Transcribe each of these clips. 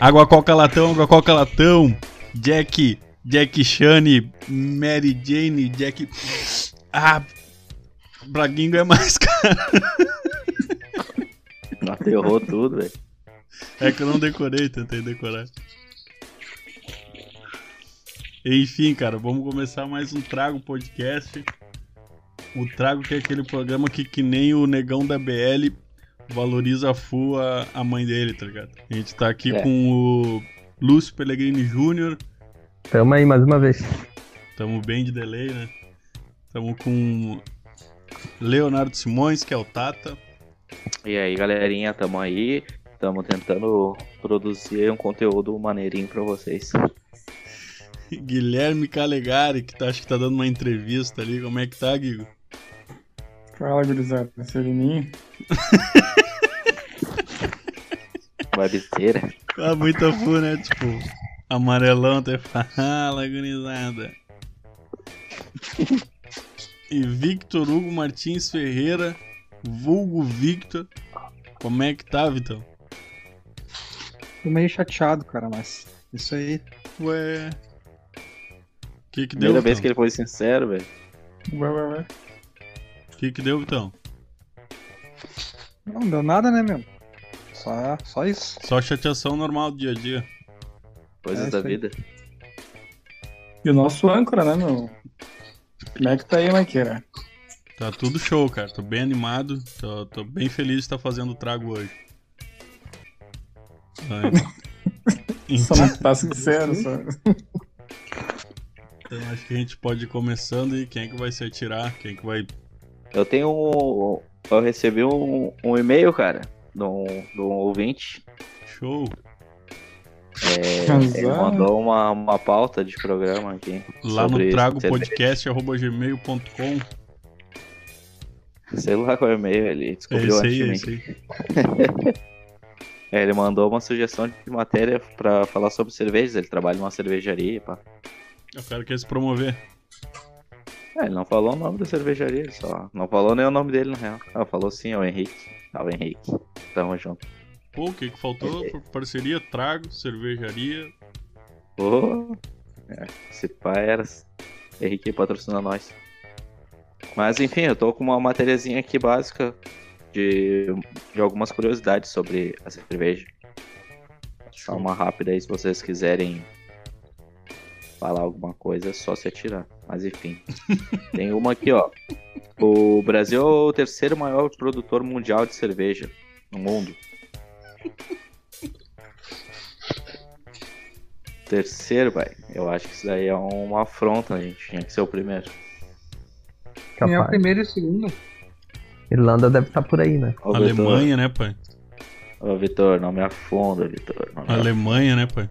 Água Coca Latão, Água Coca Latão, Jack, Jack Shane, Mary Jane, Jack. Ah, Braguinho é mais cara. Aterrou tudo, velho. É que eu não decorei, tentei decorar. Enfim, cara, vamos começar mais um Trago Podcast. O Trago que é aquele programa que, que nem o Negão da BL, valoriza a full a, a mãe dele, tá ligado? A gente tá aqui É. com o Lúcio Pellegrini Jr., Tamo aí mais uma vez. tamo bem de delay, né? Tamo com Leonardo Simões, que é o Tata. E aí, galerinha, tamo aí. Tamo tentando produzir um conteúdo maneirinho pra vocês. Guilherme Calegari, que tá, acho que tá dando uma entrevista ali. Como é que tá, Guigo? Fala, gurizada. Sereninho. Vai besteira. Tá muito full, né? Tipo, amarelão até fala, agonizada. E Victor Hugo Martins Ferreira, vulgo Victor. Como é que tá, Vitão? Tô meio chateado, cara, mas isso aí. Ué. O que que Primeira deu, vez que Vitão? ele foi sincero, velho. Ué, ué, ué. O que que deu, Vitão? Não deu nada, né, meu? Só, só isso. Só chateação normal do dia a dia. Coisas É, da isso aí. vida. E o nosso âncora, né, meu? Como é que tá aí, Maqueira? Tá tudo show, cara. Tô bem animado. Tô, tô bem feliz de estar fazendo o trago hoje. Ah, Só Então, não tá sincero, só. então acho que a gente pode ir começando e quem é que vai se atirar? Quem é que vai. Eu tenho um. Eu recebi um, um e-mail, cara, de um, de um ouvinte. É, Show! Ele Azar. mandou uma, uma pauta de programa aqui. Lá no sobre tragopodcast.gmail.com. Sei lá qual é o e-mail, ele É descobriu isso antes aí, de é mim. isso aí. É, ele mandou uma sugestão de matéria pra falar sobre cervejas. Ele trabalha numa cervejaria. Pá. Eu quero que se promover. É, ele não falou o nome da cervejaria, ele só. Não falou nem o nome dele, na real. Ah, falou sim, é o Henrique. Salve, Henrique. Tamo junto. Pô, o que, que faltou? É. Parceria, trago, cervejaria. Ô, é, se pá era. Henrique patrocina nós. Mas enfim, eu tô com uma matériazinha aqui básica de, de algumas curiosidades sobre a cerveja. Só uma rápida aí, se vocês quiserem falar alguma coisa, é só se atirar. Mas enfim. Tem uma aqui, ó. O Brasil é o terceiro maior produtor mundial de cerveja no mundo. Terceiro, vai. Eu acho que isso daí é uma afronta, gente. Tinha que ser o primeiro. Quem é o Capaz. primeiro e o segundo? Irlanda deve estar por aí, né? Ô, Alemanha, né, pai? Vitor, ô, Vitor, não me afunda, Vitor. Não me afunda. Alemanha, né, pai?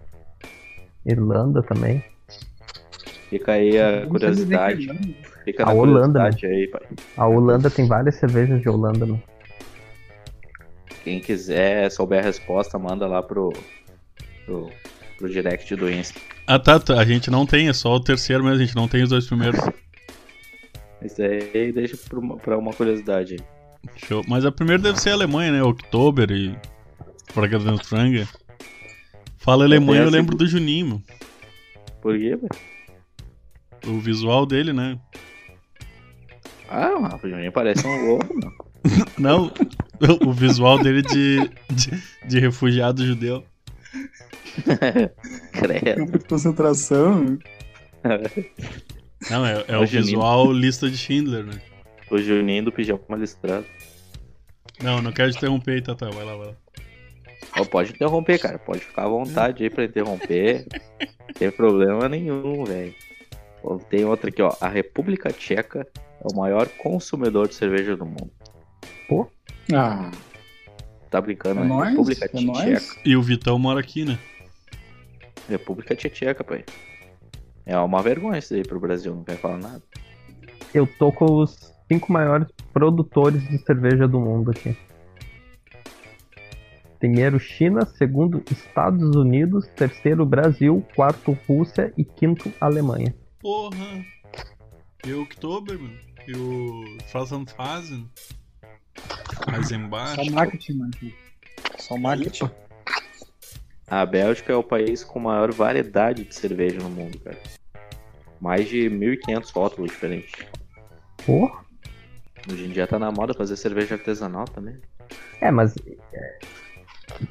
Irlanda também. Fica aí a Não sei dizer que é curiosidade. não. Fica A na Holanda, né? curiosidade aí, pai. A Holanda tem várias cervejas de Holanda, né? Quem quiser, souber a resposta, manda lá pro, pro, pro direct do Insta. Ah, tá, tá. A gente não tem, é só o terceiro mesmo, a gente não tem os dois primeiros. Isso aí deixa pra uma, pra uma curiosidade. aí. Show. Mas a primeira deve ser a Alemanha, né? Oktober e. Franga. É, Fala Alemanha, eu Parece- lembro do Juninho, meu. Por quê, velho? O visual dele, né? Ah, o Rafa Juninho parece um louco, mano. Não, o visual dele de, de, de refugiado judeu. Credo. Campo de concentração. meu. Não, é, é É o o Juninho. visual lista de Schindler, né? O Juninho do pijama listrado. Não, não quero te interromper aí, Tata. Vai lá, vai lá. Ó, pode interromper, cara. Pode ficar à vontade aí pra interromper. Não tem problema nenhum, velho. Ó, Tem outra aqui, ó. A República Tcheca é o maior consumidor de cerveja do mundo. Ah, Tá brincando, é né? nóis. República É Tcheca. nóis. E o Vitão mora aqui, né? República Tcheca, pai. É uma vergonha isso aí pro Brasil, não quer falar nada. Eu tô com os cinco maiores produtores de cerveja do mundo aqui. Primeiro, China. Segundo, Estados Unidos. Terceiro, Brasil. Quarto, Rússia. E quinto, Alemanha. Porra! Eu que tô, mano. Eu fazem fazem. Mais Só embaixo. marketing, mano. Só marketing. A Bélgica é o país com maior variedade de cerveja no mundo, cara. Mais de 1.500 rótulos diferentes. Pô. Hoje em dia tá na moda fazer cerveja artesanal também. É, mas é,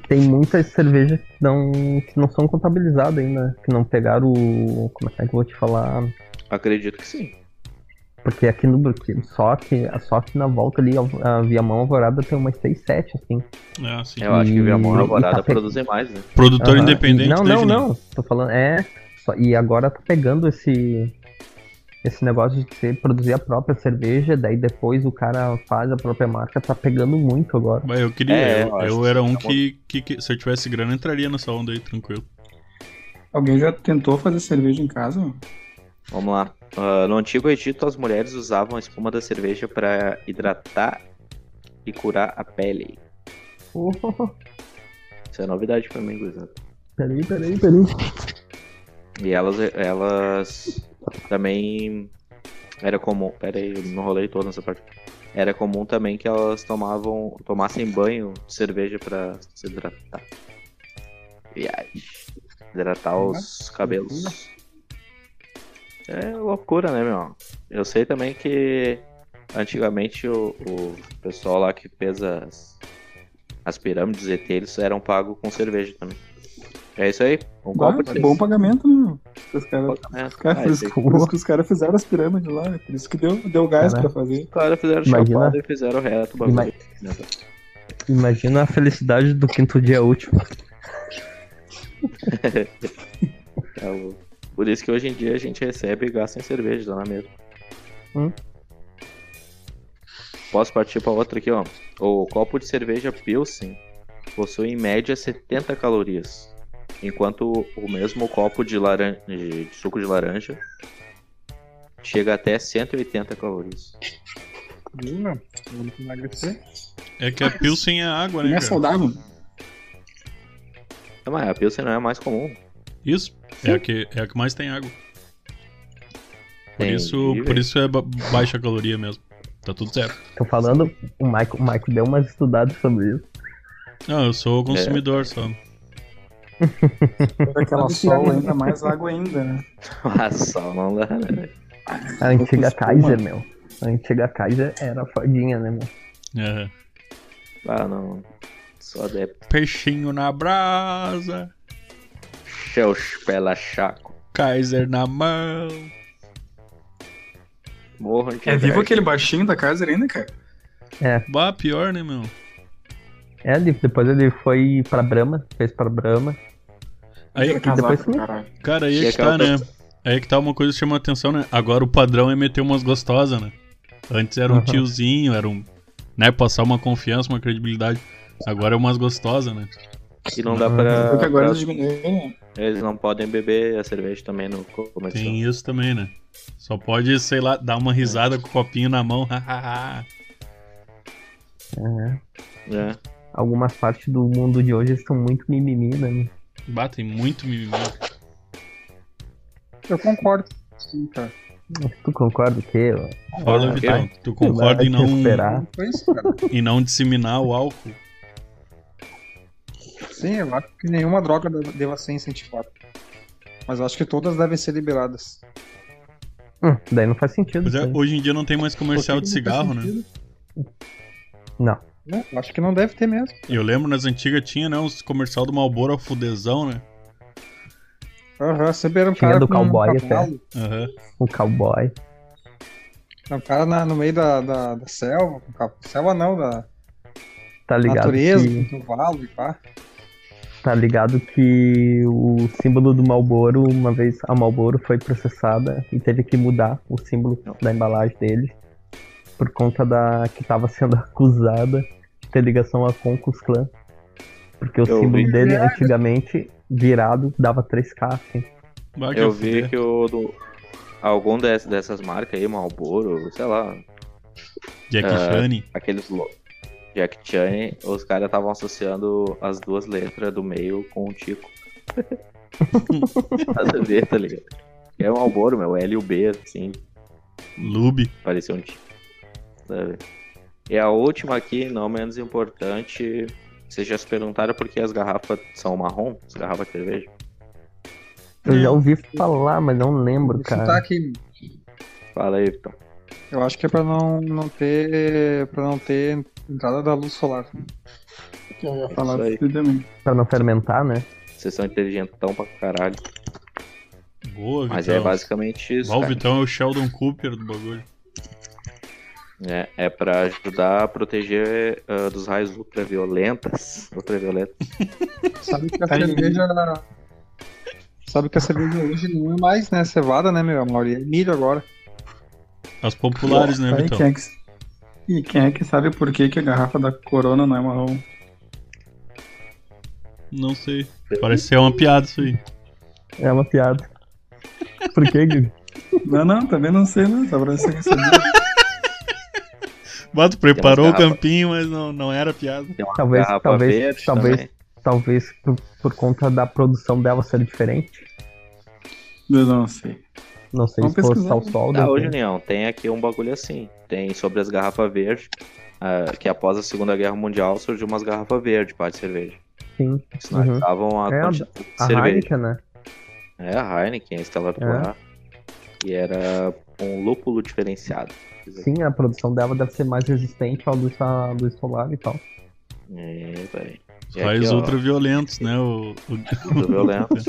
tem muitas cervejas que não, que não são contabilizadas ainda. né? Que não pegaram o. Como é que eu vou te falar? Acredito que sim. Porque aqui no Brasil, só que, só que na volta ali, a, a Viamão Alvorada tem umas 6, 7, assim. É, assim. Eu acho que Viamão E- e Alvorada e café. produzem mais, né? Produtor Aham. independente Não, desde não, não. Tô falando, é. só- e agora tá pegando esse. Esse negócio de você produzir a própria cerveja, daí depois o cara faz a própria marca, tá pegando muito agora. Mas eu queria, É, eu, eu acho eu que era um tá bom. que, que, que se eu tivesse grana entraria nessa onda aí, tranquilo. Alguém já tentou fazer cerveja em casa? mano? Vamos lá. Ah, no antigo Egito, as mulheres usavam a espuma da cerveja para hidratar e curar a pele. Oh, Isso é novidade pra mim, gurizada. peraí, peraí, peraí. E elas, elas também era comum. Pera aí, eu me enrolei todo nessa parte. Era comum também que elas tomavam, tomassem banho de cerveja pra se hidratar. Viagem. Hidratar os cabelos. É loucura, né, meu? Eu sei também que antigamente o, o pessoal lá que fez as, as pirâmides ET, eles eram pagos com cerveja também. É isso aí. Um copo Ah, de bom pagamento, meu. Os caras os caras- ah, por isso esse aí, que- por isso que os caras fizeram as pirâmides lá, né? por isso que deu, deu gás Caraca. pra fazer. Claro, fizeram Imagina. chapado e fizeram reto né? o bagulho. Ima- Imagina a felicidade do quinto dia útil. É o- Por isso que hoje em dia a gente recebe e gasta em cerveja é lá na mesa. Hum. Posso partir para outra aqui, ó. O copo de cerveja Pilsen possui em média 70 calorias, enquanto o mesmo copo de, laran... de de suco de laranja chega até 180 calorias. Viu, meu? Vamos emagrecer. É que a Pilsen é água, Não né, é cara? saudável. Ah, Mas a Pilsen não é a mais comum. Isso, é a, que, é a que mais tem água. Por Tem isso, nível. por isso é ba- baixa caloria mesmo. Tá tudo certo. Tô falando, o Michael, o Michael deu umas estudadas sobre isso. Não, eu sou o É. consumidor só. Tá Aquela sol ainda mais água ainda, né? Ah, só não dá, né? A antiga Espuma. Kaiser, meu. A antiga Kaiser era fodinha, né, meu? É. Ah, não. Só adepto. Peixinho na brasa, Seus pela chaco. Kaiser na mão. Morram de É vivo inveja. aquele baixinho da casa ainda, cara? Bah, pior, né, meu? É, ele- depois ele foi pra Brahma, fez pra Brahma. Aí, depois Casaca, sumiu. caralho. cara, aí E é que tá, aquela né? Aí é que tá uma coisa que chama atenção, né? Agora o padrão é meter umas gostosas, né? Antes era um Aham. tiozinho, era um. né? Passar uma confiança, uma credibilidade. Agora é umas gostosas, né? E não dá Só que pra. agora pra- eles diminuíram, né? Eles não podem beber a cerveja também no comercial. Tem isso também, né? Só pode, sei lá, dar uma risada com o copinho na mão, hahaha. É. É. Algumas partes do mundo de hoje estão muito mimimi, né? meu? Batem muito mimimi. Eu concordo. Sim, cara. Tu concorda o quê? ó? Fala, Ah, Vitão, tu concorda Vai em te não, Esperar. Foi isso, cara. em não disseminar o álcool? Sim, eu acho que nenhuma droga deva- deva ser incentivada. Mas eu acho que todas devem ser liberadas. Hum, daí não faz sentido. Pois é, né? hoje em dia não tem mais comercial Porque de não faz cigarro, né? sentido. Não. Não, Né? eu acho que não deve ter mesmo. Eu lembro nas antigas tinha, né, uns comercial do Malboro Fudezão, né? Aham, sempre era um Tinha cara do com um cowboy até. cavalo. Aham. O cowboy. É um cara na- no meio da, da, da selva, com ca- selva não, da Tá ligado? natureza, que- do vale, pá. tá ligado que o símbolo do Malboro, uma vez a Malboro foi processada e teve que mudar o símbolo da embalagem dele por conta da que tava sendo acusada de ter ligação a Concus Clan. Porque o Eu símbolo vi. dele antigamente virado dava 3K, assim. Vai que Eu eu vi fuder. que o do. Algum des- dessas marcas aí, Marlboro, sei lá, Jack Ah. Honey. aqueles. Lo... Jack Chan, os caras estavam associando as duas letras do meio com o Tico. Nada a ver, tá ligado? É um alboro, meu, L e o B, assim, Lube. parecia um Tico. Sabe? E a última aqui, não menos importante, vocês já se perguntaram por que as garrafas são marrom? As garrafas de cerveja? Eu já ouvi falar, mas não lembro, cara. Tá aqui, Fala aí, Vitão. eu acho que é pra não, não ter. para não ter entrada da luz solar. Que eu ia falar É isso aí. disso também. Pra não fermentar, né? Vocês são inteligentão pra caralho. Boa, Vitão. Mas é basicamente isso. Bah, o cara. Vitão é o Sheldon Cooper do bagulho. É, é pra ajudar a proteger ah, dos raios ultraviolentas. Ultravioletas. Sabe que a Tá em- cerveja. Sabe que a cerveja hoje não é mais, né? Cevada, né, meu? A maioria é milho agora. As populares, né, Tá, e, Vitão? quem é que... e quem é que sabe por que, que a garrafa da Corona não é marrom? Não sei. Parece ser uma piada isso aí. É uma piada. Por que, Gui? Não, não, também não sei, não. Só pra você que sabe. Bato preparou o garrafa. campinho, mas não, não era piada. Tem uma Talvez- garrafa talvez- verde talvez. também. Talvez por, por conta da produção dela ser diferente. Eu não sei. Não sei Vamos se fosse pesquisar. ao sol. Tá, deve- hoje não. Tem aqui um bagulho assim. Tem sobre as garrafas verdes, ah, que após a Segunda Guerra Mundial surgiu umas garrafas verdes, pá, de cerveja. Sim. Que sinalizavam a É, a- quantidade de A cerveja. Heineken, É. né? É, a Heineken, a Stella Artois. E era um lúpulo diferenciado. Sim, a produção dela deve ser mais resistente à luz, à luz solar e tal. É, velho. E Raios aqui, ó, ultraviolentos, né? O, o- ultraviolentos.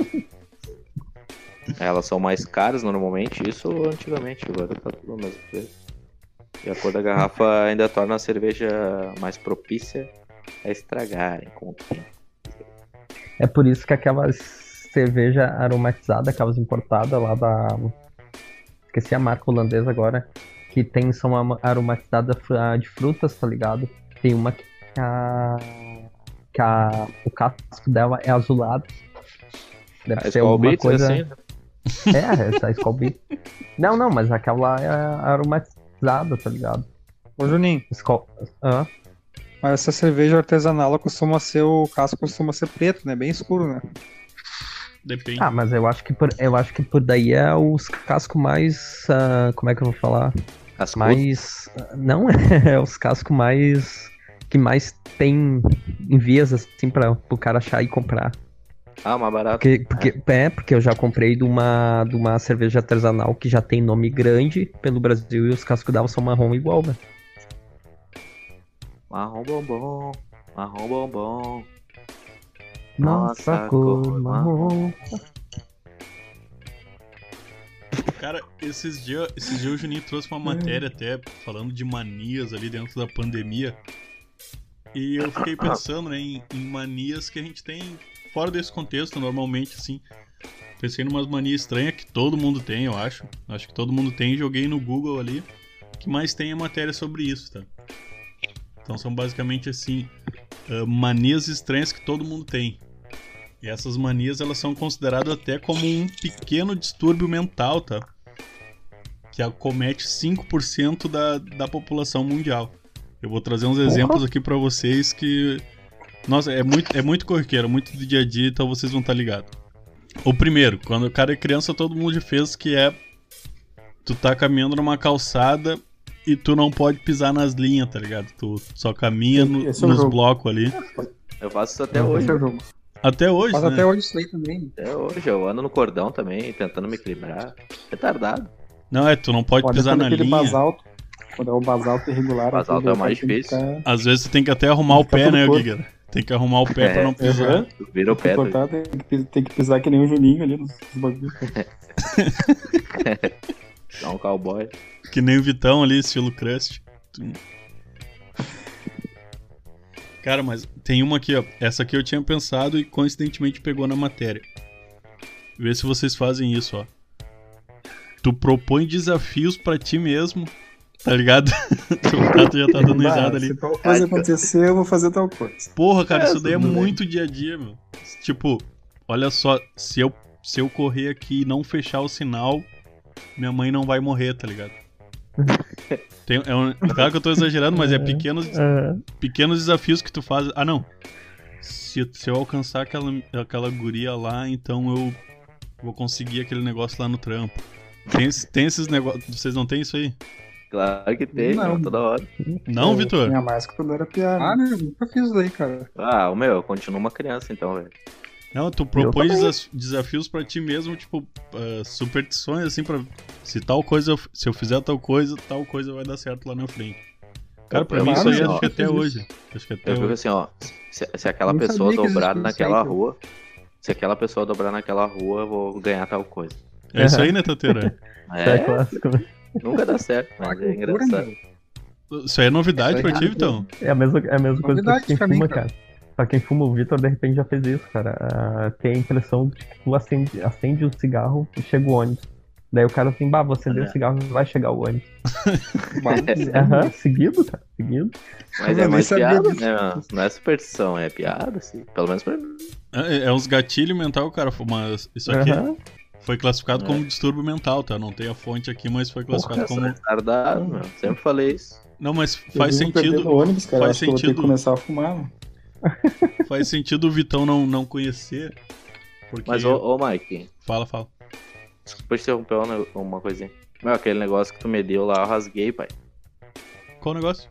Elas são mais caras normalmente, isso antigamente, agora tá tudo ao mesmo preço. E a cor da garrafa ainda torna a cerveja mais propícia a estragarem com o tempo. É por isso que aquelas cerveja aromatizada, aquelas importadas lá da. Esqueci a marca holandesa agora. Que tem são ama- aromatizadas fru- ah, de frutas, tá ligado? Tem uma que a. que a- o casco dela é azulado. Deve A ser Skol alguma Beats, coisa. assim, É, essa Skull Beats. Não, não, mas aquela é aromatizada, tá ligado? Ô, Juninho, Skull. Hã? mas essa cerveja artesanal ela costuma ser. O casco costuma ser preto, né? Bem escuro, né? Depende. Ah, mas eu acho que por, eu acho que por daí é os cascos mais. ah, como é que eu vou falar? as cores, mais. Não é, os cascos mais. que mais tem em vias, assim, pra, pro cara achar e comprar. Ah, mais barato. Porque, porque, é, porque eu já comprei de uma, de uma cerveja artesanal que já tem nome grande pelo Brasil e os cascos dela são marrom igual, velho. Marrom bombom, marrom bombom. Nossa, Nossa, cor, cor marrom. Cara, esses dias, esses dias o Juninho trouxe uma matéria até falando de manias ali dentro da pandemia. E eu fiquei pensando né, em, em manias que a gente tem fora desse contexto, normalmente, assim. Pensei numas manias estranhas que todo mundo tem, eu acho. Acho que todo mundo tem. Joguei no Google ali. O que mais tem é matéria sobre isso, tá? Então são basicamente assim: ah, manias estranhas que todo mundo tem. E essas manias elas são consideradas até como um pequeno distúrbio mental, tá? Que acomete 5% da, da população mundial. Eu vou trazer uns exemplos aqui pra vocês que. Nossa, é muito, é muito corriqueiro, muito do dia a dia, então vocês vão estar ligados. O primeiro, quando o cara é criança, todo mundo já fez que é. Tu tá caminhando numa calçada e tu não pode pisar nas linhas, tá ligado? Tu só caminha no- Esse é o nos jogo. blocos ali. Eu faço isso até Uhum. hoje. Esse é o jogo. Até hoje, Mas né? até hoje isso aí também. Até É hoje, eu ando no cordão também, tentando me equilibrar. Retardado. Não, é, tu não pode Olha, pisar quando na aquele linha. basalto, quando é o basalto irregular... Basalto aquele é mais tem que difícil. ficar- Às vezes tu tem que até arrumar o Fica pé, todo né, torto. Giga? Tem que arrumar o pé É. pra não pisar. Aham. Vira o Tem que pé. tá- cortar, tem que, pis- tem que pisar que nem o Juninho ali nos nos bagulhos. Dá um cowboy. Que nem o Vitão ali, estilo Crust. Tu- Cara, mas tem uma aqui, ó. Essa aqui eu tinha pensado e coincidentemente pegou na matéria. Vê se vocês fazem isso, ó. Tu propõe desafios pra ti mesmo, tá ligado? o Tato já tá dando risada ali. Se tal coisa Ai, cara. acontecer, eu vou fazer tal coisa. Porra, cara, É, isso daí é tudo bem. muito dia a dia, meu. Tipo, olha só, se eu, se eu correr aqui e não fechar o sinal, minha mãe não vai morrer, tá ligado? Tem- é um- claro que eu tô exagerando, mas é pequenos, Ah, pequenos desafios que tu faz. Ah, não. Se, se eu alcançar aquela, aquela guria lá, então eu vou conseguir aquele negócio lá no trampo. Tem, esse- tem esses negócios. Vocês não tem isso aí? Claro que tem, Não. meu, toda hora. Não, Eu Vitor? Tinha mais que quando era piada. Ah, né? Eu nunca fiz isso daí, cara. Ah, o meu, eu continuo uma criança então, velho. Não, tu propõe desa- desafios pra ti mesmo, tipo, ah, superstições, assim, pra. Se tal coisa, eu f- se eu fizer tal coisa, tal coisa vai dar certo lá na frente. Cara, pra Eu mim fiz isso aí assim, acho ó. que até hoje. Acho que até Eu fico hoje. assim, ó. Se, se aquela Não pessoa sabia que dobrar existia um esse naquela conceito. rua. Se aquela pessoa dobrar naquela rua, eu vou ganhar tal coisa. É isso aí, né, Tateira? é É, clássico. nunca dá certo, mas é Loucura, engraçado. meu. Isso aí é novidade Isso aí tá pra ti, é então? É a mesma, é a mesma coisa pra Novidade quem pra mim, fuma, cara. cara. Pra quem fuma, o Vitor de repente já fez isso, cara. Ah, tem a impressão de que tu acende, acende o cigarro e chega o ônibus. Daí o cara assim, bah, vou acender É. o cigarro e vai chegar o ônibus. Bah, Aham, seguido, cara, seguido. Mas Eu é nem mais sabia piada, disso. né? mano? Não é superstição, é piada, assim. Pelo menos pra mim. É, é uns gatilhos mental, cara. Mas isso aqui Aham. foi classificado É. como distúrbio mental, tá? Não tem a fonte aqui, mas foi classificado Porra, é. sou como. retardado, meu. Sempre falei isso. Não, mas Eu faz um vivo perdendo sentido. ônibus, cara. faz Acho que eu vou ter que sentido. começar a fumar. mano. É Faz sentido o Vitão não, não conhecer. Porque. Mas, ô, ô Mike, Fala, fala. depois te interromper uma, uma coisinha. Meu, aquele negócio que tu me deu lá, eu rasguei, pai. Qual o negócio?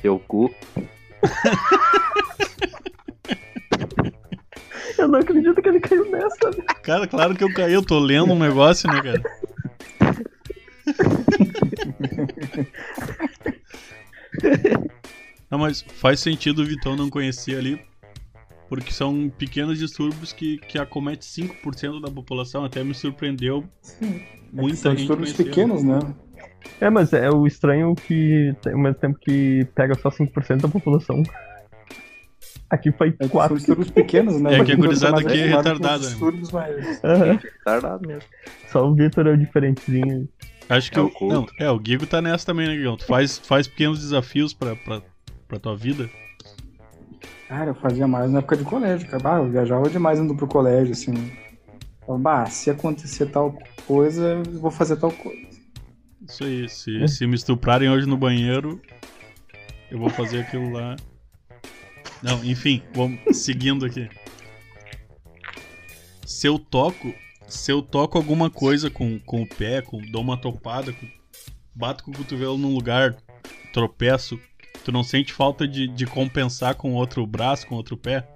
Teu cu. Eu não acredito que ele caiu nessa. Cara, claro que eu caí, eu tô lendo um negócio, né, cara? Não, mas faz sentido o Vitão não conhecer ali, porque são pequenos distúrbios que, que acomete 5% da população, até me surpreendeu É que muita São gente distúrbios conhecer. pequenos, né? É, mas é o estranho que tem- ao mesmo tempo que pega só 5% da população. Aqui foi É que São 4. distúrbios pequenos, né? É que a Mas gurizada mais aqui é acostumado com os retardada, né? distúrbios maiores. Retardado mesmo. Só o Vitor é o diferentezinho. Acho que É o, o culto. não, é, o Guigo tá nessa também, né, Guigão? Tu faz, faz pequenos desafios pra, pra, pra tua vida. Cara, eu fazia mais na época de colégio, cara. Bah, eu viajava demais indo pro colégio, assim. Então, bah, se acontecer tal coisa, eu vou fazer tal coisa. Isso aí, se, se me estuprarem hoje no banheiro, eu vou fazer aquilo lá. Não, enfim, vamos seguindo aqui. Se eu toco, se eu toco alguma coisa com, com o pé, com, dou uma topada, com- bato com o cotovelo num lugar, tropeço, tu não sente falta de, de compensar com outro braço, com outro pé?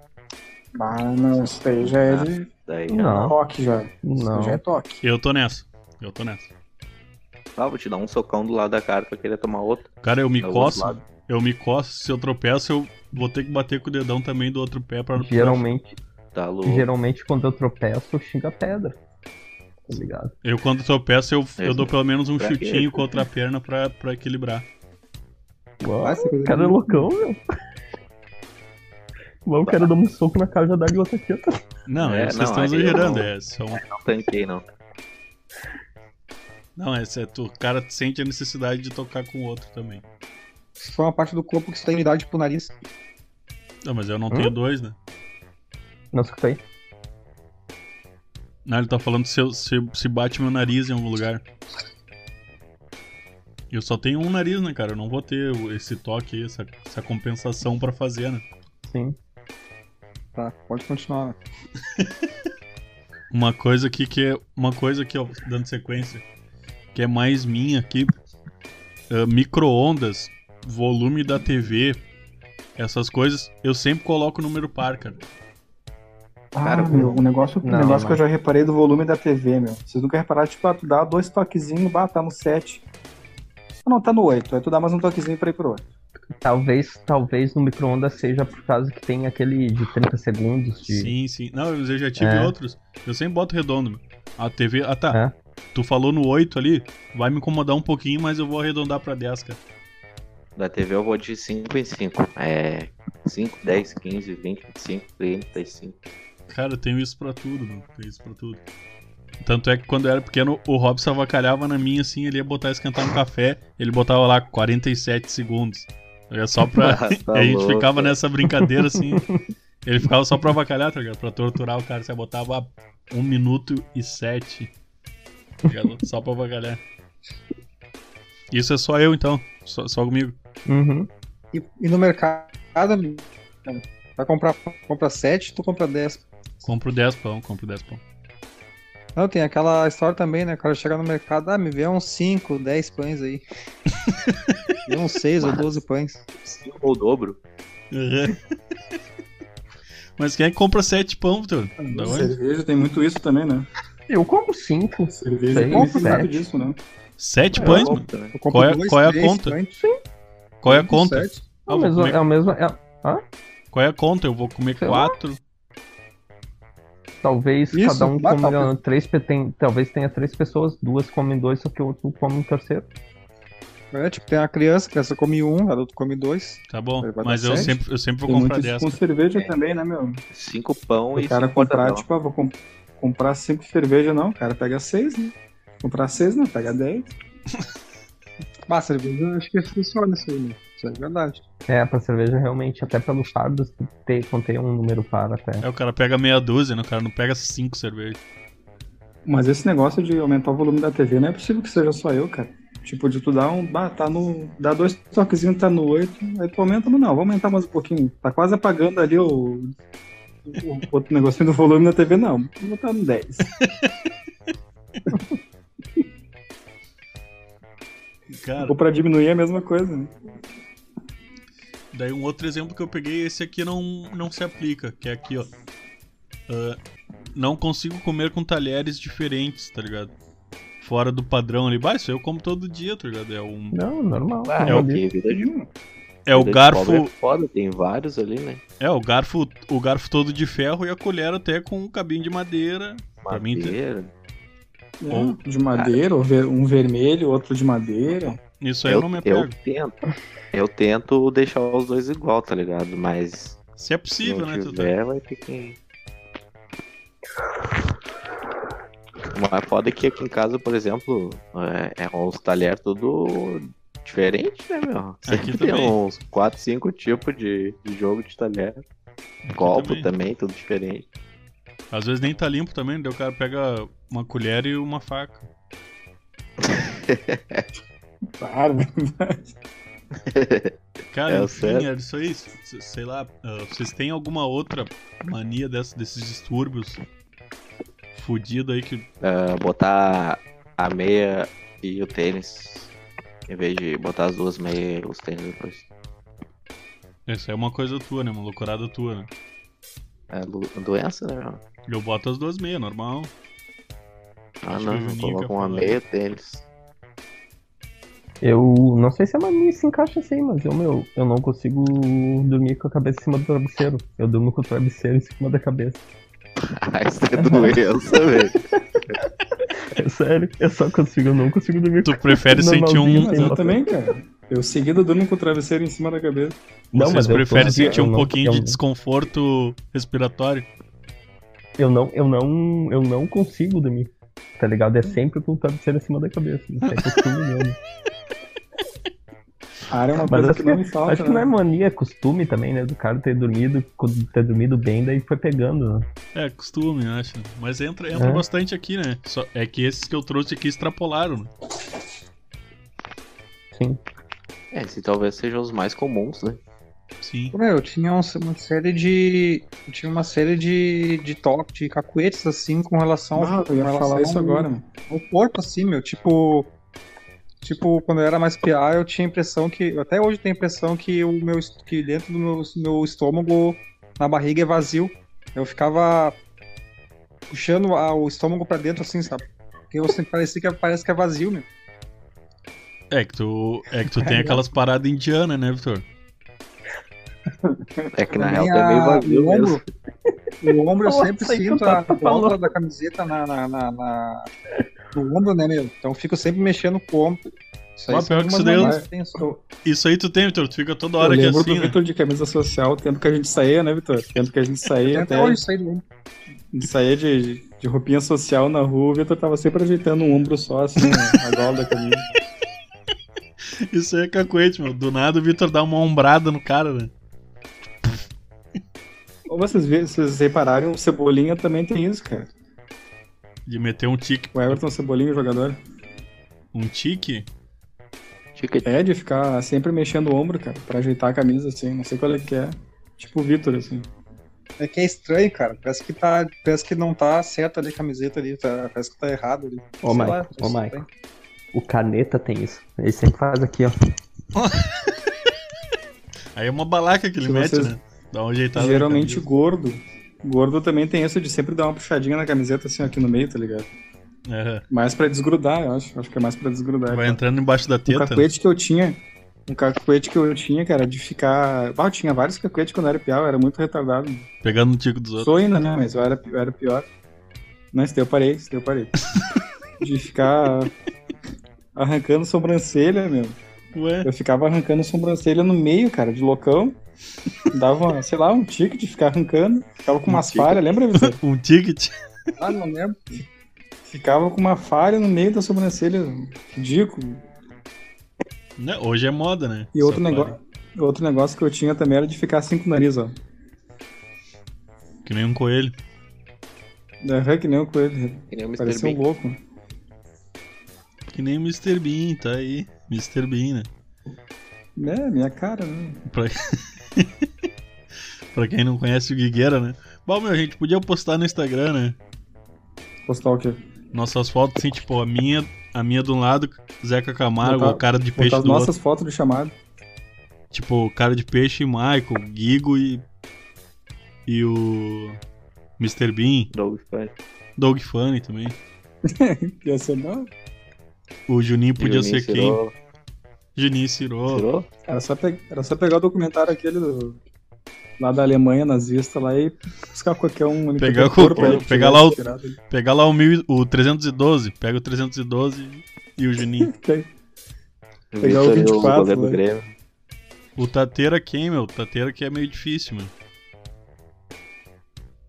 Bah, não, isso daí já é de Daí, Não. toque, já. Isso Não. daí já é toque. Eu tô nessa, eu tô nessa. ah, vou te dar um socão do lado da cara pra querer tomar outro. Cara, eu me É o outro coço, lado. eu me coço, se eu tropeço, eu vou ter que bater com o dedão também do outro pé é pra... Geralmente, Tá louco. geralmente quando eu tropeço, eu xingo a pedra. Tá ligado? Eu quando tropeço, eu, É, eu dou pelo menos um pra quê? chutinho com a outra perna pra, pra equilibrar. Uau, vai ser o coisa cara é de- loucão, meu. Uau, o cara dá um soco na cara já dá de outra teta. Não, É, vocês não, estão aí eu exagerando, não- é só um... Não tanquei, não. Não, é, cê- tu- o cara sente a necessidade de tocar com o outro também. Isso foi uma parte do corpo que você tem unidade pro nariz. Não, mas eu não tenho dois, né? Não escutei. Não, ele tá falando se, eu- se, se bate meu nariz em algum lugar. Eu só tenho um nariz, né, cara? Eu não vou ter o- esse toque aí, essa, essa compensação pra fazer, né? Sim. Tá, pode continuar. Uma coisa aqui que é. Uma coisa aqui, ó, dando sequência. Que é mais minha aqui. Ah, Micro-ondas, volume da TV, essas coisas, eu sempre coloco o número par, cara. Cara, Cara, meu, um negócio, um Não, negócio que não. eu já reparei do volume da TV, meu. Vocês nunca repararam, tipo, ah, tu dá dois toquezinhos, bah, tá no 7. Não, tá no 8. Aí tu dá mais um toquezinho pra ir pro 8. Talvez, talvez no micro-ondas seja por causa que tem aquele de 30 segundos de. Sim, sim. Não, eu já tive É. outros. Eu sempre boto redondo. meu. A TV. Ah, tá. É. Tu falou no 8 ali, vai me incomodar um pouquinho, mas eu vou arredondar pra 10, cara. Da TV eu vou de 5 em 5. É. 5, 10, 15, 20, 25, 35. Cara, eu tenho isso pra tudo, mano. Tenho isso pra tudo. Tanto é que quando eu era pequeno, o Robson avacalhava na minha assim, ele ia botar esquentar um café, ele botava lá 47 segundos. Era só pra. Ah, tá e a gente louco. ficava nessa brincadeira assim. ele ficava só pra avacalhar, tá ligado? Pra torturar o cara. Você botava ah, 1 tá minuto e 7. Só pra avacalhar. Isso é só eu então, só, só comigo. Uhum. E, e no mercado, amigo, vai comprar compra 7, tu compra 10. Compro 10 pão, compro 10 pão. Não, tem aquela história também, né? O cara chega no mercado, ah, me vê uns 5, 10 pães aí. me vê uns 6 ou 12 pães. Ou o dobro. Uhum. Mas quem é que compra 7 pão, Vitor? Da onde? Cerveja tem muito isso também, né? Eu compro cinco. É Cerveja Sim, tem muito sete. muito disso, né? 7 É, pães, óbvio mano? também. Eu Qual é- qual é a três conta? pães, Qual é a compro conta? sete. Ah, É o vou mesmo. comer- É o mesmo é- Qual é a conta? Eu vou comer Sei lá. 4? talvez Isso, cada um ah, coma tá. três. pe- Tem, talvez tenha três pessoas, duas comem dois, só que o outro come um terceiro. É, tipo, tem uma criança, a criança come um, adulto come dois. Tá bom. Vai dar Mas eu sete? sempre, eu sempre vou Tem muito comprar isso 10. com cerveja também, né, meu? Cinco pão e o cara cinco comprar, mortadela. tipo, ah, vou comp- comprar sempre cerveja, não. O cara pega seis, né? Comprar seis, não, pega dez. Ah, cerveja, eu acho que funciona isso aí, né? Isso é verdade. É, pra cerveja realmente, até pelo fardo, ter, contei um número par até. Aí É, o cara pega meia dúzia, né? O cara não pega 5 cervejas. Mas esse negócio de aumentar o volume da TV não é possível que seja só eu, cara. Tipo, de tu dar um. Bah, tá no. Dá dois toquezinhos, tá no oito. Aí tu aumenta, mas não, vou aumentar mais um pouquinho. Tá quase apagando ali o. O outro negocinho do volume da TV, não. Vou botar no 10. Cara, Ou pra diminuir é a mesma coisa, né? daí um outro exemplo que eu peguei, esse aqui não, não se aplica, que é aqui, ó. Ah, não consigo comer com talheres diferentes, tá ligado? Fora do padrão ali. Bah, isso aí eu como todo dia, tá ligado? É, um, Não, normal. Ah, É é o o normal. que? Vida de, é o vida de garfo. pobre é foda, tem vários ali, né? É, o garfo, o garfo todo de ferro e a colher até com um cabinho de madeira. Pra mim, Madeira. Ou- É, um de madeira, ou ver- um vermelho, outro de madeira. Isso aí eu, Eu, não me eu apego. tento. Eu tento deixar os dois igual, tá ligado? Mas Se é se possível, não né, Tutu? tiver, vai ter que. Mas foda é que aqui em casa, por exemplo, é, é uns talheres tudo diferente, né, meu? Sempre tem também. uns 4, 5 tipos de, de jogo de talher. Aqui Copo também. também. tudo diferente. Às vezes nem tá limpo também, daí o cara pega uma colher e uma faca. Claro. Cara, É, o enfim, certo. era isso aí. S- s- Sei lá, ah, vocês têm alguma outra mania dessa, desses distúrbios fudido aí que. Ah, botar a meia e o tênis. Em vez de botar as duas meias e os tênis depois. Isso aí é uma coisa tua, né? Uma loucurada tua, né? É lu- doença, né, meu? Eu boto as duas meias, normal. Ah, Acho não, que é o eu Juninho quer coloco uma falar. meia e tênis. Eu não sei se a mania se encaixa assim, mas eu, meu, eu não consigo dormir com a cabeça em cima do travesseiro. Eu durmo com o travesseiro em cima da cabeça. Ah, isso é doença, velho. É sério, eu só consigo, eu não consigo dormir com Tu prefere sentir um. Normalzinho, Mas Tem eu uma- também, cara. Eu seguido durmo com o travesseiro em cima da cabeça. Não, Vocês mas eu preferem todo dia- sentir eu um não- pouquinho de eu- desconforto respiratório? Eu não, eu não, eu não consigo dormir. Tá ligado? É sempre com o travesseiro em cima da cabeça. Isso é costume mesmo. Ah, é uma Mas coisa acho que não me falta. Acho que não né? é mania, é costume também, né? Do cara ter dormido, ter dormido bem, daí foi pegando. né? É, costume, eu acho. Mas entra, entra É. bastante aqui, né? Só- é que esses que eu trouxe aqui extrapolaram. né? Sim. É, se talvez sejam os mais comuns, né? Sim. Meu, eu tinha um- uma série de. Eu tinha uma série de, de toques, de cacuetes, assim, com relação Ah, ao, com eu ia relação falar isso ao- agora, mano. ao corpo, assim, meu. Tipo. Tipo, quando eu era mais PA, eu tinha a impressão que. eu Até hoje tenho a impressão que o meu est- que dentro do meu, meu estômago, na barriga, é vazio. Eu ficava puxando a- o estômago pra dentro, assim, sabe? Porque eu sempre parecia que parece que é vazio, meu. É que tu, é que tu né? tem aquelas paradas indianas, né, Vitor? É que na Também real tá meio a- vazio o mesmo. O ombro eu Nossa, sempre aí tu sinto tá a volta falando. da camiseta na, na, na- na- no ombro, né, meu? Então eu fico sempre mexendo com o ombro. Isso Mas são pior que umas isso daí eu- manias que tenho só. Eu, Isso aí tu tem, Vitor. Tu fica toda eu hora aqui lembro assim, do né? Vitor de camisa social, o tempo que a gente saía, né, Vitor? O tempo que a gente saía, até Até hoje saí do ombro. a gente saía de, de roupinha social na rua, o Vitor tava sempre ajeitando um ombro só, assim, né, a gola da camisa. Isso aí é cacuete, meu. Do nada o Vitor dá uma ombrada no cara, né? Ou vocês, vê- vocês repararam, o Cebolinha também tem isso, cara. De meter um tique. O Everton Cebolinha, o jogador. Um tique? Ticket. É de ficar sempre mexendo o ombro, cara, pra ajeitar a camisa, assim. Não sei qual é que é. Tipo o Vitor, assim. É que é estranho, cara. Parece que, tá, parece que não tá certa ali a camiseta ali. tá- parece que tá errado ali. Ô, Sei Mike, lá, ô, isso Mike. tem. O caneta tem isso. Ele sempre faz aqui, ó. Aí é uma balaca que ele Se mete, vocês- né? Dá um ajeitado. na Geralmente camisa. gordo. Gordo também tem essa de sempre dar uma puxadinha na camiseta, assim, aqui no meio, tá ligado? Aham. Mais pra desgrudar, eu acho. Acho que é mais pra desgrudar. É, Vai cara. entrando embaixo da Um teta. né? cacuete que eu tinha. Um cacuete que eu tinha, cara, de ficar. Ah, eu tinha vários cacuetes quando eu era piau, eu era muito retardado. Pegando no tico dos outros. Sou ainda, né? Mas eu era, eu era pior. Não, esse daí eu parei, esse daí eu parei. De ficar arrancando sobrancelha, meu. Ué, Eu ficava arrancando sobrancelha no meio, cara, de loucão. Dava, uma, sei lá, um tique de ficar arrancando. Ficava com umas tique. falhas, lembra, Vitor? um ticket. Ah, não lembro. Ficava com uma falha no meio da sobrancelha. Ridículo. Né, Hoje é moda, né? E outro, Safari. negócio, outro negócio que eu tinha também era de ficar assim com o nariz, ó. Que nem um coelho. Aham, que nem o coelho. Que nem o Mr. Parecia um Bean. louco. Que nem o Mr. Bean, tá aí. Mr. Bean, né? É, minha cara, né? Pra quem não conhece o Guigueira, né? Bom, meu, a gente podia postar no Instagram, né? Postar o quê? Nossas fotos, assim, tipo, a minha, a minha de um lado, Zeca Camargo, Botar- o cara de peixe Botar as do nossas fotos do chamado. outro. Tipo, o cara de peixe, Michael, Guigo e. E o. Mr. Bean, Dog Fight. Doug Funny também. Ia ser não? O Juninho podia Juninho ser quem? Cirolo. Juninho Ciro. Cirolo? Era só, pe- era só pegar o documentário aquele do- lá da Alemanha nazista lá e buscar qualquer um. Pegar qualquer- qualquer corpo aí que pegar tivesse lá o- tirado. Pegar lá o, mil, o 312, pega o 312 e o Juninho. Pegar o né? Vitor e 24 goleiro do lá. Grêmio. o Tateira quem, meu? O Tateira que é meio difícil, mano.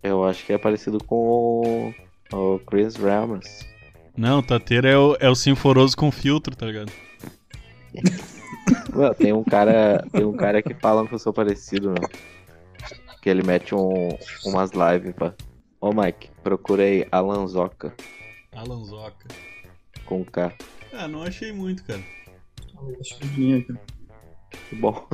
Eu acho que é parecido com o, o Chris Ramos. Não, o Tateira é o, é o sinforoso com filtro, tá ligado? Mano, tem um cara, tem um cara que fala que eu sou parecido, meu. Que ele mete um, umas lives, pá. Ô Mike, procura aí Alanzoca Alanzoca. com K. Ah, não achei muito, cara. Que bom.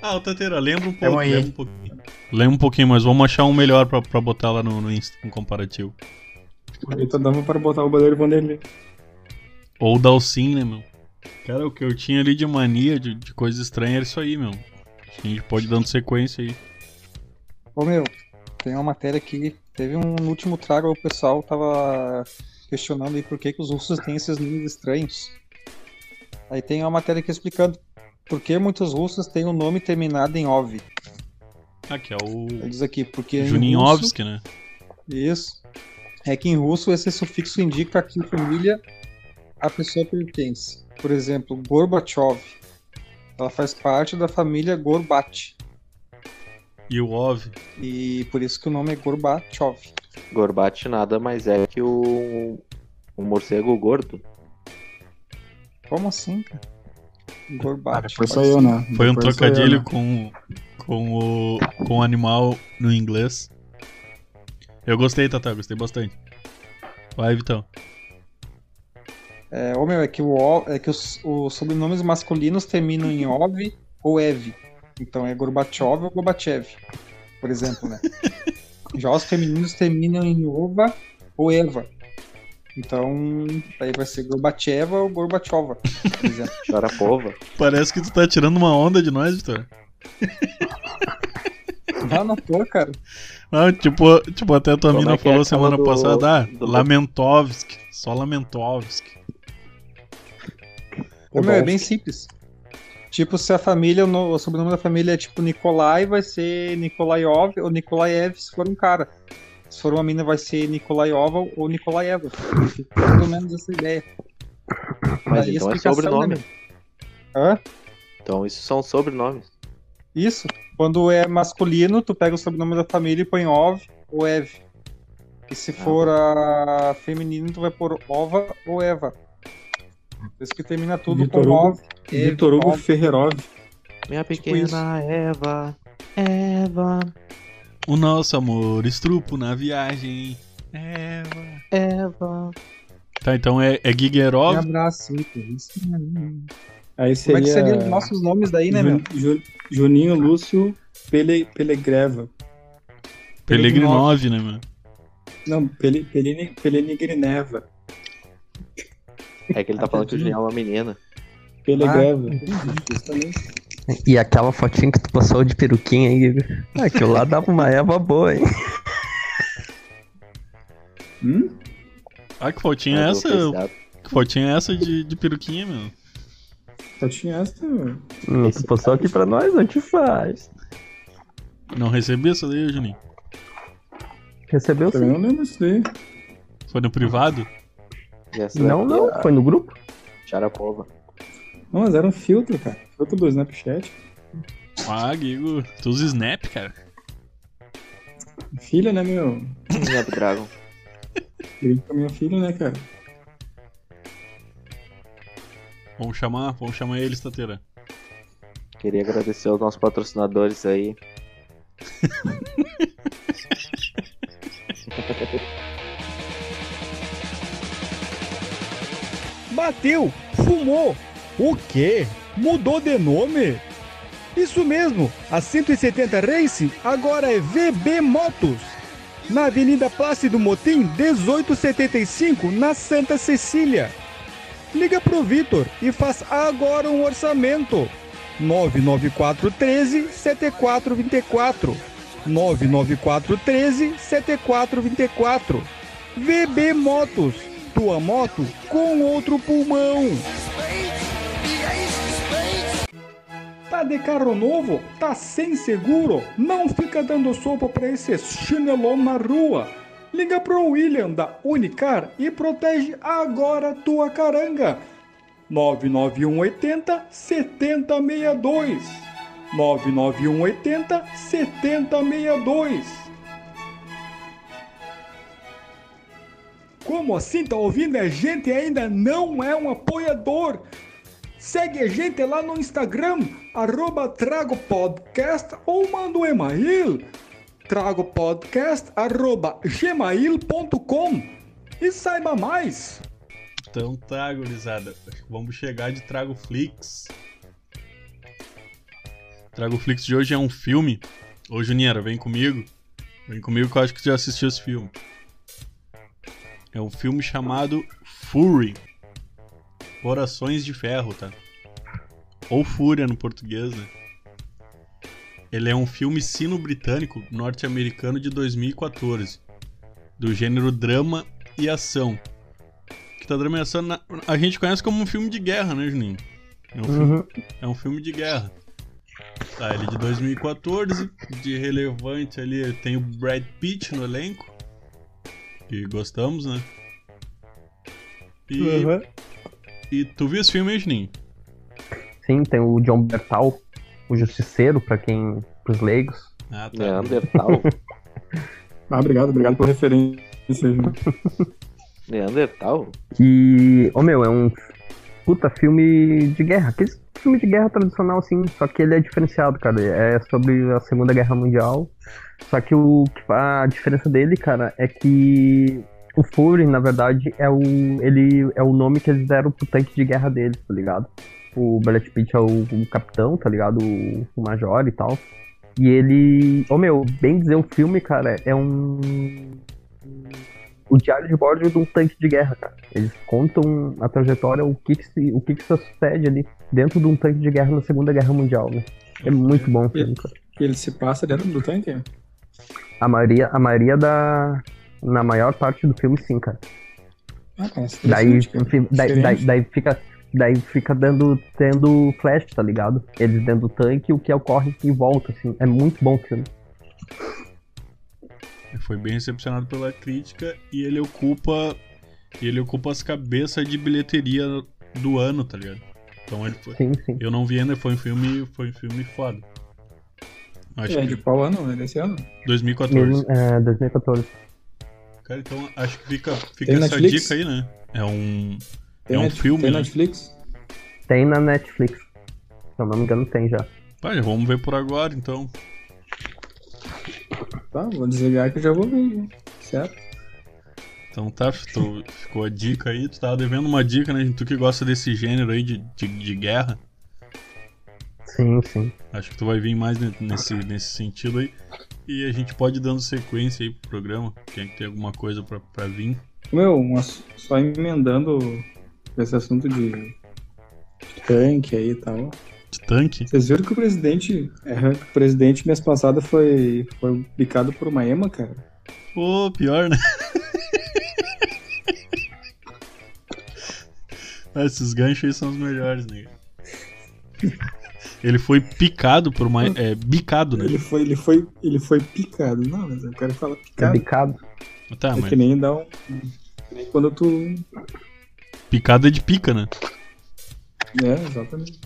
Ah, o Tateira, lembra um pouco. Tamo aí. Lembra um pouquinho. Lembra um pouquinho, mas vamos achar um melhor pra, pra botar lá no, no Insta, um comparativo. Então dava para botar o goleiro Vanderlei. Ou o Dalcin, né, meu? Cara, o que eu tinha ali de mania, de, de coisa estranha, era isso aí, meu. Acho que a gente pode ir dando sequência aí. Ô meu, tem uma matéria aqui. Teve um no último trago, o pessoal tava questionando aí por que, que os russos têm esses nomes estranhos. Aí tem uma matéria aqui explicando por que muitos russos têm o nome terminado em OV. Aqui, é o Ele diz aqui, é porque em russo- Juninovski, né? Isso. É que em russo esse sufixo indica a que família a pessoa pertence. Por exemplo, Gorbachev. Ela faz parte da família Gorbat. E o Ov. E por isso que o nome é Gorbachev. Gorbat nada mais é que o, o morcego gordo. Como assim, cara? Cara, Gorbat. foi só eu, né? Foi um Depois só trocadilho eu, né? com, com o com o animal no inglês. Eu gostei, Tata, gostei bastante. Vai, Vitão. É, ô, meu, é que, o, O- é que os, os sobrenomes masculinos terminam em OV ou EV. Então é Gorbachev ou Gorbachev, por exemplo, né? Já os femininos terminam em OVA ou EVA. Então, aí vai ser Gorbacheva ou Gorbachova, por exemplo. Chora pova. Parece que tu tá tirando uma onda de nós, Vitor. Ah, não tô, cara. Ah, tipo, tipo, até a tua Como mina é que é falou aquela semana do- passada, ah, do- Lamentovski, só Lamentovski. Ô, meu, é bem simples. Tipo, se a família, o no- o sobrenome da família é tipo Nikolai, vai ser Nikolaiov ou Nikolaev se for um cara. Se for uma mina, vai ser Nikolaiova ou Nikolaeva. Pelo menos essa ideia. Mas Aí a então é explicação, sobrenome. né, meu? Hã? Então isso são sobrenomes. Isso. Quando é masculino, tu pega o sobrenome da família e põe Ov ou Ev. E se for a feminino, tu vai pôr Ova ou Eva. Por isso que termina tudo Vitor com Hugo. Ov. Ev, Vitor Hugo Ov. Ferrerov. Minha Tipo pequena isso. Eva. Eva. O nosso amor estrupo na viagem. Eva. Eva. Tá, então é, é Me Gigerov, Um abraço. Isso. Aí Como seria... é que seriam os nossos nomes daí, né, meu? Ju- Ju- Juninho Lúcio Pele, Pelegreva. Pelegrinov, né, mano? Não, Pele, Pelini, Pelenigrineva. É que ele tá falando que o Julião é uma menina. Pelegreva. E aquela fotinha que tu passou de peruquinha aí, Igor. Ah, Aquilo lá dava uma erva boa, hein? Hum? Ah, que fotinha é Mas essa? eu pensava- Que fotinha é essa de, de peruquinha, meu? Só tinha essa, meu. Hum, tu passou aqui pra nós, não te faz. Não recebi essa daí, Juninho? Recebeu Também sim. não lembro isso daí. Foi no privado? e essa Não, daqui é não, a foi no grupo. Sharapova. Não, mas era um filtro, cara. Filtro do Snapchat. Ah, Gigo, tu usa Snap, cara? Filha, né, meu? Minha do Dragon. Grito pra minha filha, né, cara? Vamos chamar, vamos chamar ele, Estateira. Queria agradecer aos nossos patrocinadores aí. Tá. Bateu, fumou. O quê? Mudou de nome? Isso mesmo, a 170 Racing agora é VB Motos. Na Avenida Plácido Motim, 1875, na Santa Cecília. Liga pro Vitor e faz agora um orçamento. 99413 7424. 99413 7424. VB Motos, tua moto com outro pulmão. Tá de carro novo? Tá sem seguro? Não fica dando sopa pra esse chinelão na rua. Liga pro William da Unicar e protege agora tua caranga. 99180 7062 99180 7062 Como assim tá ouvindo a gente e ainda não é um apoiador? Segue a gente lá no Instagram, arroba Trago Podcast ou manda um e-mail, tragopodcast arroba gmail.com e saiba mais. Então tá, gurizada. Acho que Vamos chegar de Trago Flix. Trago Flix de hoje é um filme. Ô, Juniera, vem comigo. Vem comigo que eu acho que tu já assistiu esse filme. É um filme chamado Fury. Corações de Ferro, tá? Ou Fúria no português, né? Ele é um filme sino-britânico norte-americano de 2014, do gênero drama e ação que tá dramatizando na... a gente conhece como um filme de guerra, né, Juninho? É um, filme, Uhum. é um filme de guerra. Tá, ele é de 2014, de relevante ali tem o Brad Pitt no elenco, que gostamos, né? E, Uhum. e tu viu esse filme, hein, Juninho? Sim, tem o John Bertal, o Justiceiro, pra quem. pros leigos. Ah, tá. Neandertal. Ah, obrigado, obrigado por referência. Ju. Neandertal? E, ô meu, é um puta filme de guerra. Aquele filme de guerra tradicional, assim, só que ele é diferenciado, cara. É sobre a Segunda Guerra Mundial. Só que o, a diferença dele, cara, é que o Fury, na verdade, é o, ele, é o nome que eles deram pro tanque de guerra deles, tá ligado? O Brad Pitt é o, o capitão, tá ligado? O, o major e tal. E ele, ô meu, bem dizer, o filme, cara, é um. O diário de bordo de um tanque de guerra, cara. Eles contam a trajetória, o que que se, o que que se sucede ali dentro de um tanque de guerra na Segunda Guerra Mundial, né? É muito bom o filme, cara. Que ele se passa dentro do tanque? A maioria, a maioria da... Na maior parte do filme, sim, cara. Ah, cara, isso é Daí, interessante, cara. fi- daí, Diferente. daí, daí fica... Daí fica dando, tendo flash, tá ligado? Eles dentro do tanque, o que ocorre em volta, assim. É muito bom o filme. Foi bem recepcionado pela crítica e ele ocupa ele ocupa as cabeças de bilheteria do ano, tá ligado? Então ele foi, Sim, sim. eu não vi ainda, foi um filme, foi um filme foda. Acho É, que de qual ano? É desse ano? 2014. Mesmo, é, 2014. Cara, então acho que fica, fica Uhum. Tem essa Netflix? dica aí, né? É um. Tem É um Net- filme, Tem né? Netflix? Tem na Netflix. Se eu não me engano, tem já. Pá, já vamos ver por agora, então. Tá, vou desligar que eu já vou ver. já. Certo? Então tá, tu- ficou a dica aí. Tu tava devendo uma dica, né? Tu que gosta desse gênero aí de, de, de guerra. Sim, sim. Acho que tu vai vir mais ne- nesse, nesse sentido aí. E a gente pode ir dando sequência aí pro programa. Quem é que tem alguma coisa pra, pra vir? Meu, uma- só emendando esse assunto de rank aí e tal. De tanque? Vocês viram que o presidente, é, o presidente mês passado foi, foi picado por uma ema, cara? Ô, pior, né? Ah, Esses ganchos aí são os melhores, né? Ele foi picado por uma. É, bicado, né? Ele foi, ele foi, ele foi picado. Não, mas eu quero falar É picado. bicado? Tá, é mas que nem dá um. que nem quando tu. picado é de pica, né? É, exatamente.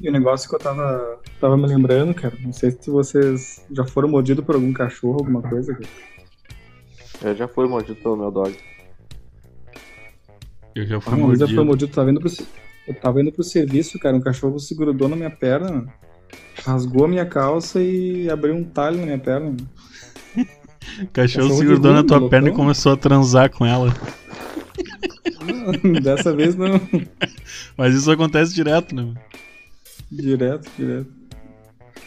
E o negócio que eu tava, tava me lembrando, cara, não sei se vocês já foram mordidos por algum cachorro, alguma coisa, cara. Eu já fui mordido pelo meu dog. Eu já fui Uma vez Ah, eu fui mordido. mordido, tava indo tá pro, se- eu tava indo pro serviço, cara, um cachorro se grudou na minha perna, rasgou a minha calça e abriu um talho na minha perna. O cachorro Cachorro se de grudou na rua, tua loucão. perna e começou a transar com ela. Dessa vez não. Mas isso acontece direto, né? Direto, direto.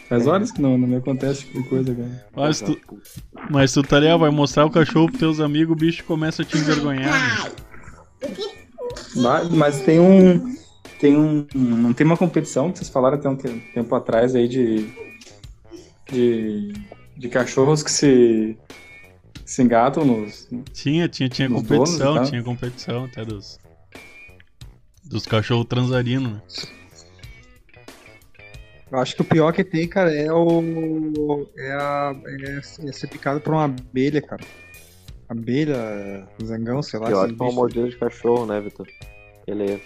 Faz É. horas que não, não me acontece tipo de coisa, cara. Mas Então, tu, mas tu tá ali, ó, vai mostrar o cachorro pros teus amigos, o bicho começa a te envergonhar. Né? Ba- Mas tem um. Tem um. Não tem uma competição que vocês falaram até um te- tempo atrás aí de. De. De cachorros que se. Se engatam nos. Tinha, tinha, tinha Dos competição, donos, tá? tinha competição até dos. Dos cachorros transarinos, né? Eu acho que o pior que tem, cara, é o. É, a, é, é ser picado por uma abelha, cara. Abelha, zangão, sei lá. Pior esses que é uma bichos. mordida de cachorro, né, Vitor? Beleza.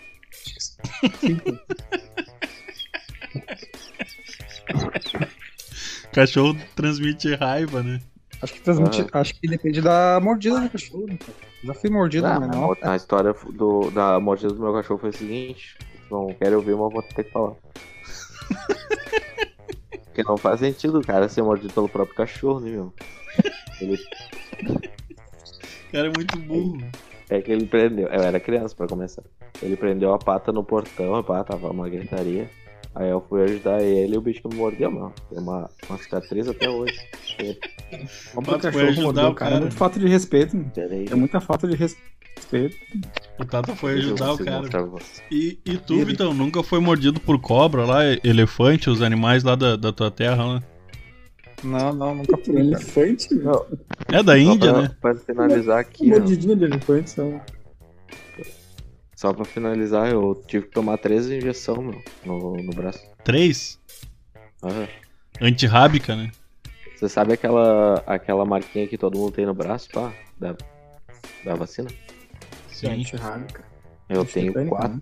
Cachorro transmite raiva, né? Acho que transmite. Ah. Acho que depende da mordida do cachorro, né, cara. Já fui mordido, né, Ah, mas mas não. a história do- da mordida do meu cachorro foi o seguinte: não quero ouvir, mas vou ter que falar. Porque não faz sentido o cara ser mordido pelo próprio cachorro, né, meu? Ele, O cara é muito burro. é que ele prendeu. Eu era criança pra começar. Ele prendeu a pata no portão, a pata tava uma gritaria. Aí eu fui ajudar ele e o bicho me mordeu, mano. Tem uma, uma cicatriz até hoje. Mas Como o foi ajudar cachorro mordeu, o o cara. cara. É muito falta de respeito. mano. Peraí. É muita falta de respeito. O Tata foi ajudar o consigo cara. mostrar pra você. E, e tu, Vitão, nunca foi mordido por cobra lá, elefante, os animais lá da, da tua terra, né? Não, não, nunca fui. Um cara. elefante, velho. É da Só Índia, pra- né? Pra finalizar aqui, ó. Mordidinha de elefante são. Só pra finalizar, eu tive que tomar 13 injeções, meu, no, no braço. Três? Aham. Antirrábica, né? Você sabe aquela, aquela marquinha que todo mundo tem no braço, pá? Da, da vacina? Sim. Eu tenho né? quatro,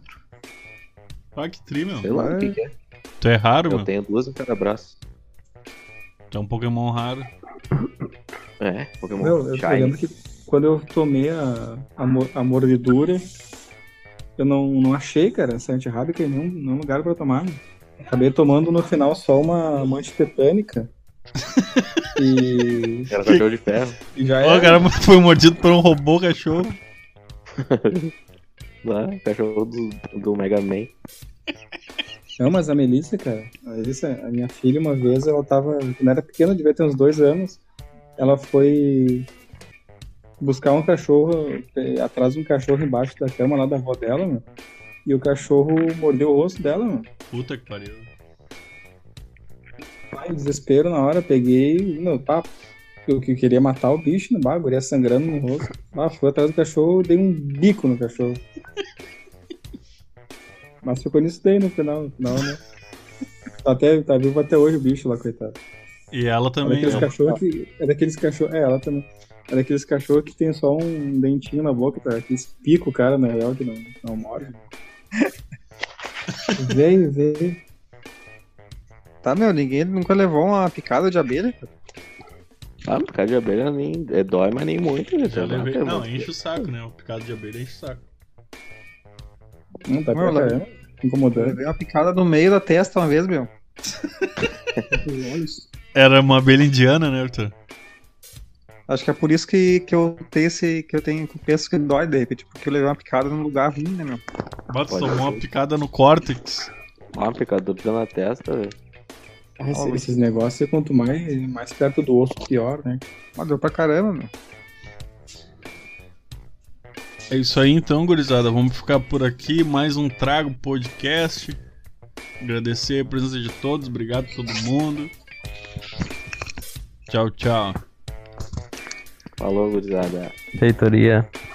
Ah, que tri, meu. sei lá o que, que é. Tu é raro, Eu meu. tenho duas em cada braço. Tu é um Pokémon raro. É, Pokémon Meu, eu, eu Shiny. lembro que quando eu tomei a, a, mo- a mordidura, eu não, não achei, cara, essa antirrábica em nenhum, nenhum lugar pra tomar. né? Acabei tomando no final só uma amante tetânica. e, Era cachorro de ferro. e já Ó, era. o cara foi mordido por um robô cachorro. Lá, né? cachorro do, do Mega Man. Não, mas a Melissa, cara, a Melissa, a minha filha, uma vez, ela tava. Quando era pequena, devia ter uns dois anos, ela foi buscar um cachorro, eh, atrás de um cachorro embaixo da cama lá da avó dela, meu, e o cachorro mordeu o rosto dela, meu. Puta que pariu. Ai, desespero na hora, peguei, meu, papo. Eu que queria matar o bicho né, no bagulho, ia sangrando no rosto. Ah, fui atrás do cachorro, dei um bico no cachorro. Mas ficou nisso daí no final, no final né? Tá, até, tá vivo até hoje o bicho lá, coitado. E ela É também, daqueles né? cachorros que. É daqueles cachorros. É, ela também. É daqueles cachorros que tem só um dentinho na boca, tá? Aqueles pico, cara, na real, que não, não morde. veio, veio. Tá, meu, ninguém nunca levou uma picada de abelha, cara. Ah, por causa de abelha nem é, dói, mas nem muito. né? Já Dói levei. até Não, muito. enche o saco, né? O picado de abelha enche o saco. Não, tá Meu, pra caramba. Eu Incomodando. levei uma picada no meio da testa uma vez, meu. Era uma abelha indiana, né, Arthur? Acho que é por isso que, que eu tenho esse. que eu tenho. que eu penso que dói de repente, porque eu levei uma picada num lugar ruim, né, meu? Bota, Pode tomou ser. uma picada no córtex. Uma picadura na testa, velho. Esse- esses negócios, quanto mais, mais perto do osso, pior, né? Mas Ah, deu pra caramba, meu. É isso aí então, gurizada. Vamos ficar por aqui. Mais um Trago Podcast. Agradecer a presença de todos. Obrigado a todo mundo. Tchau, tchau. Falou, gurizada. Feitoria.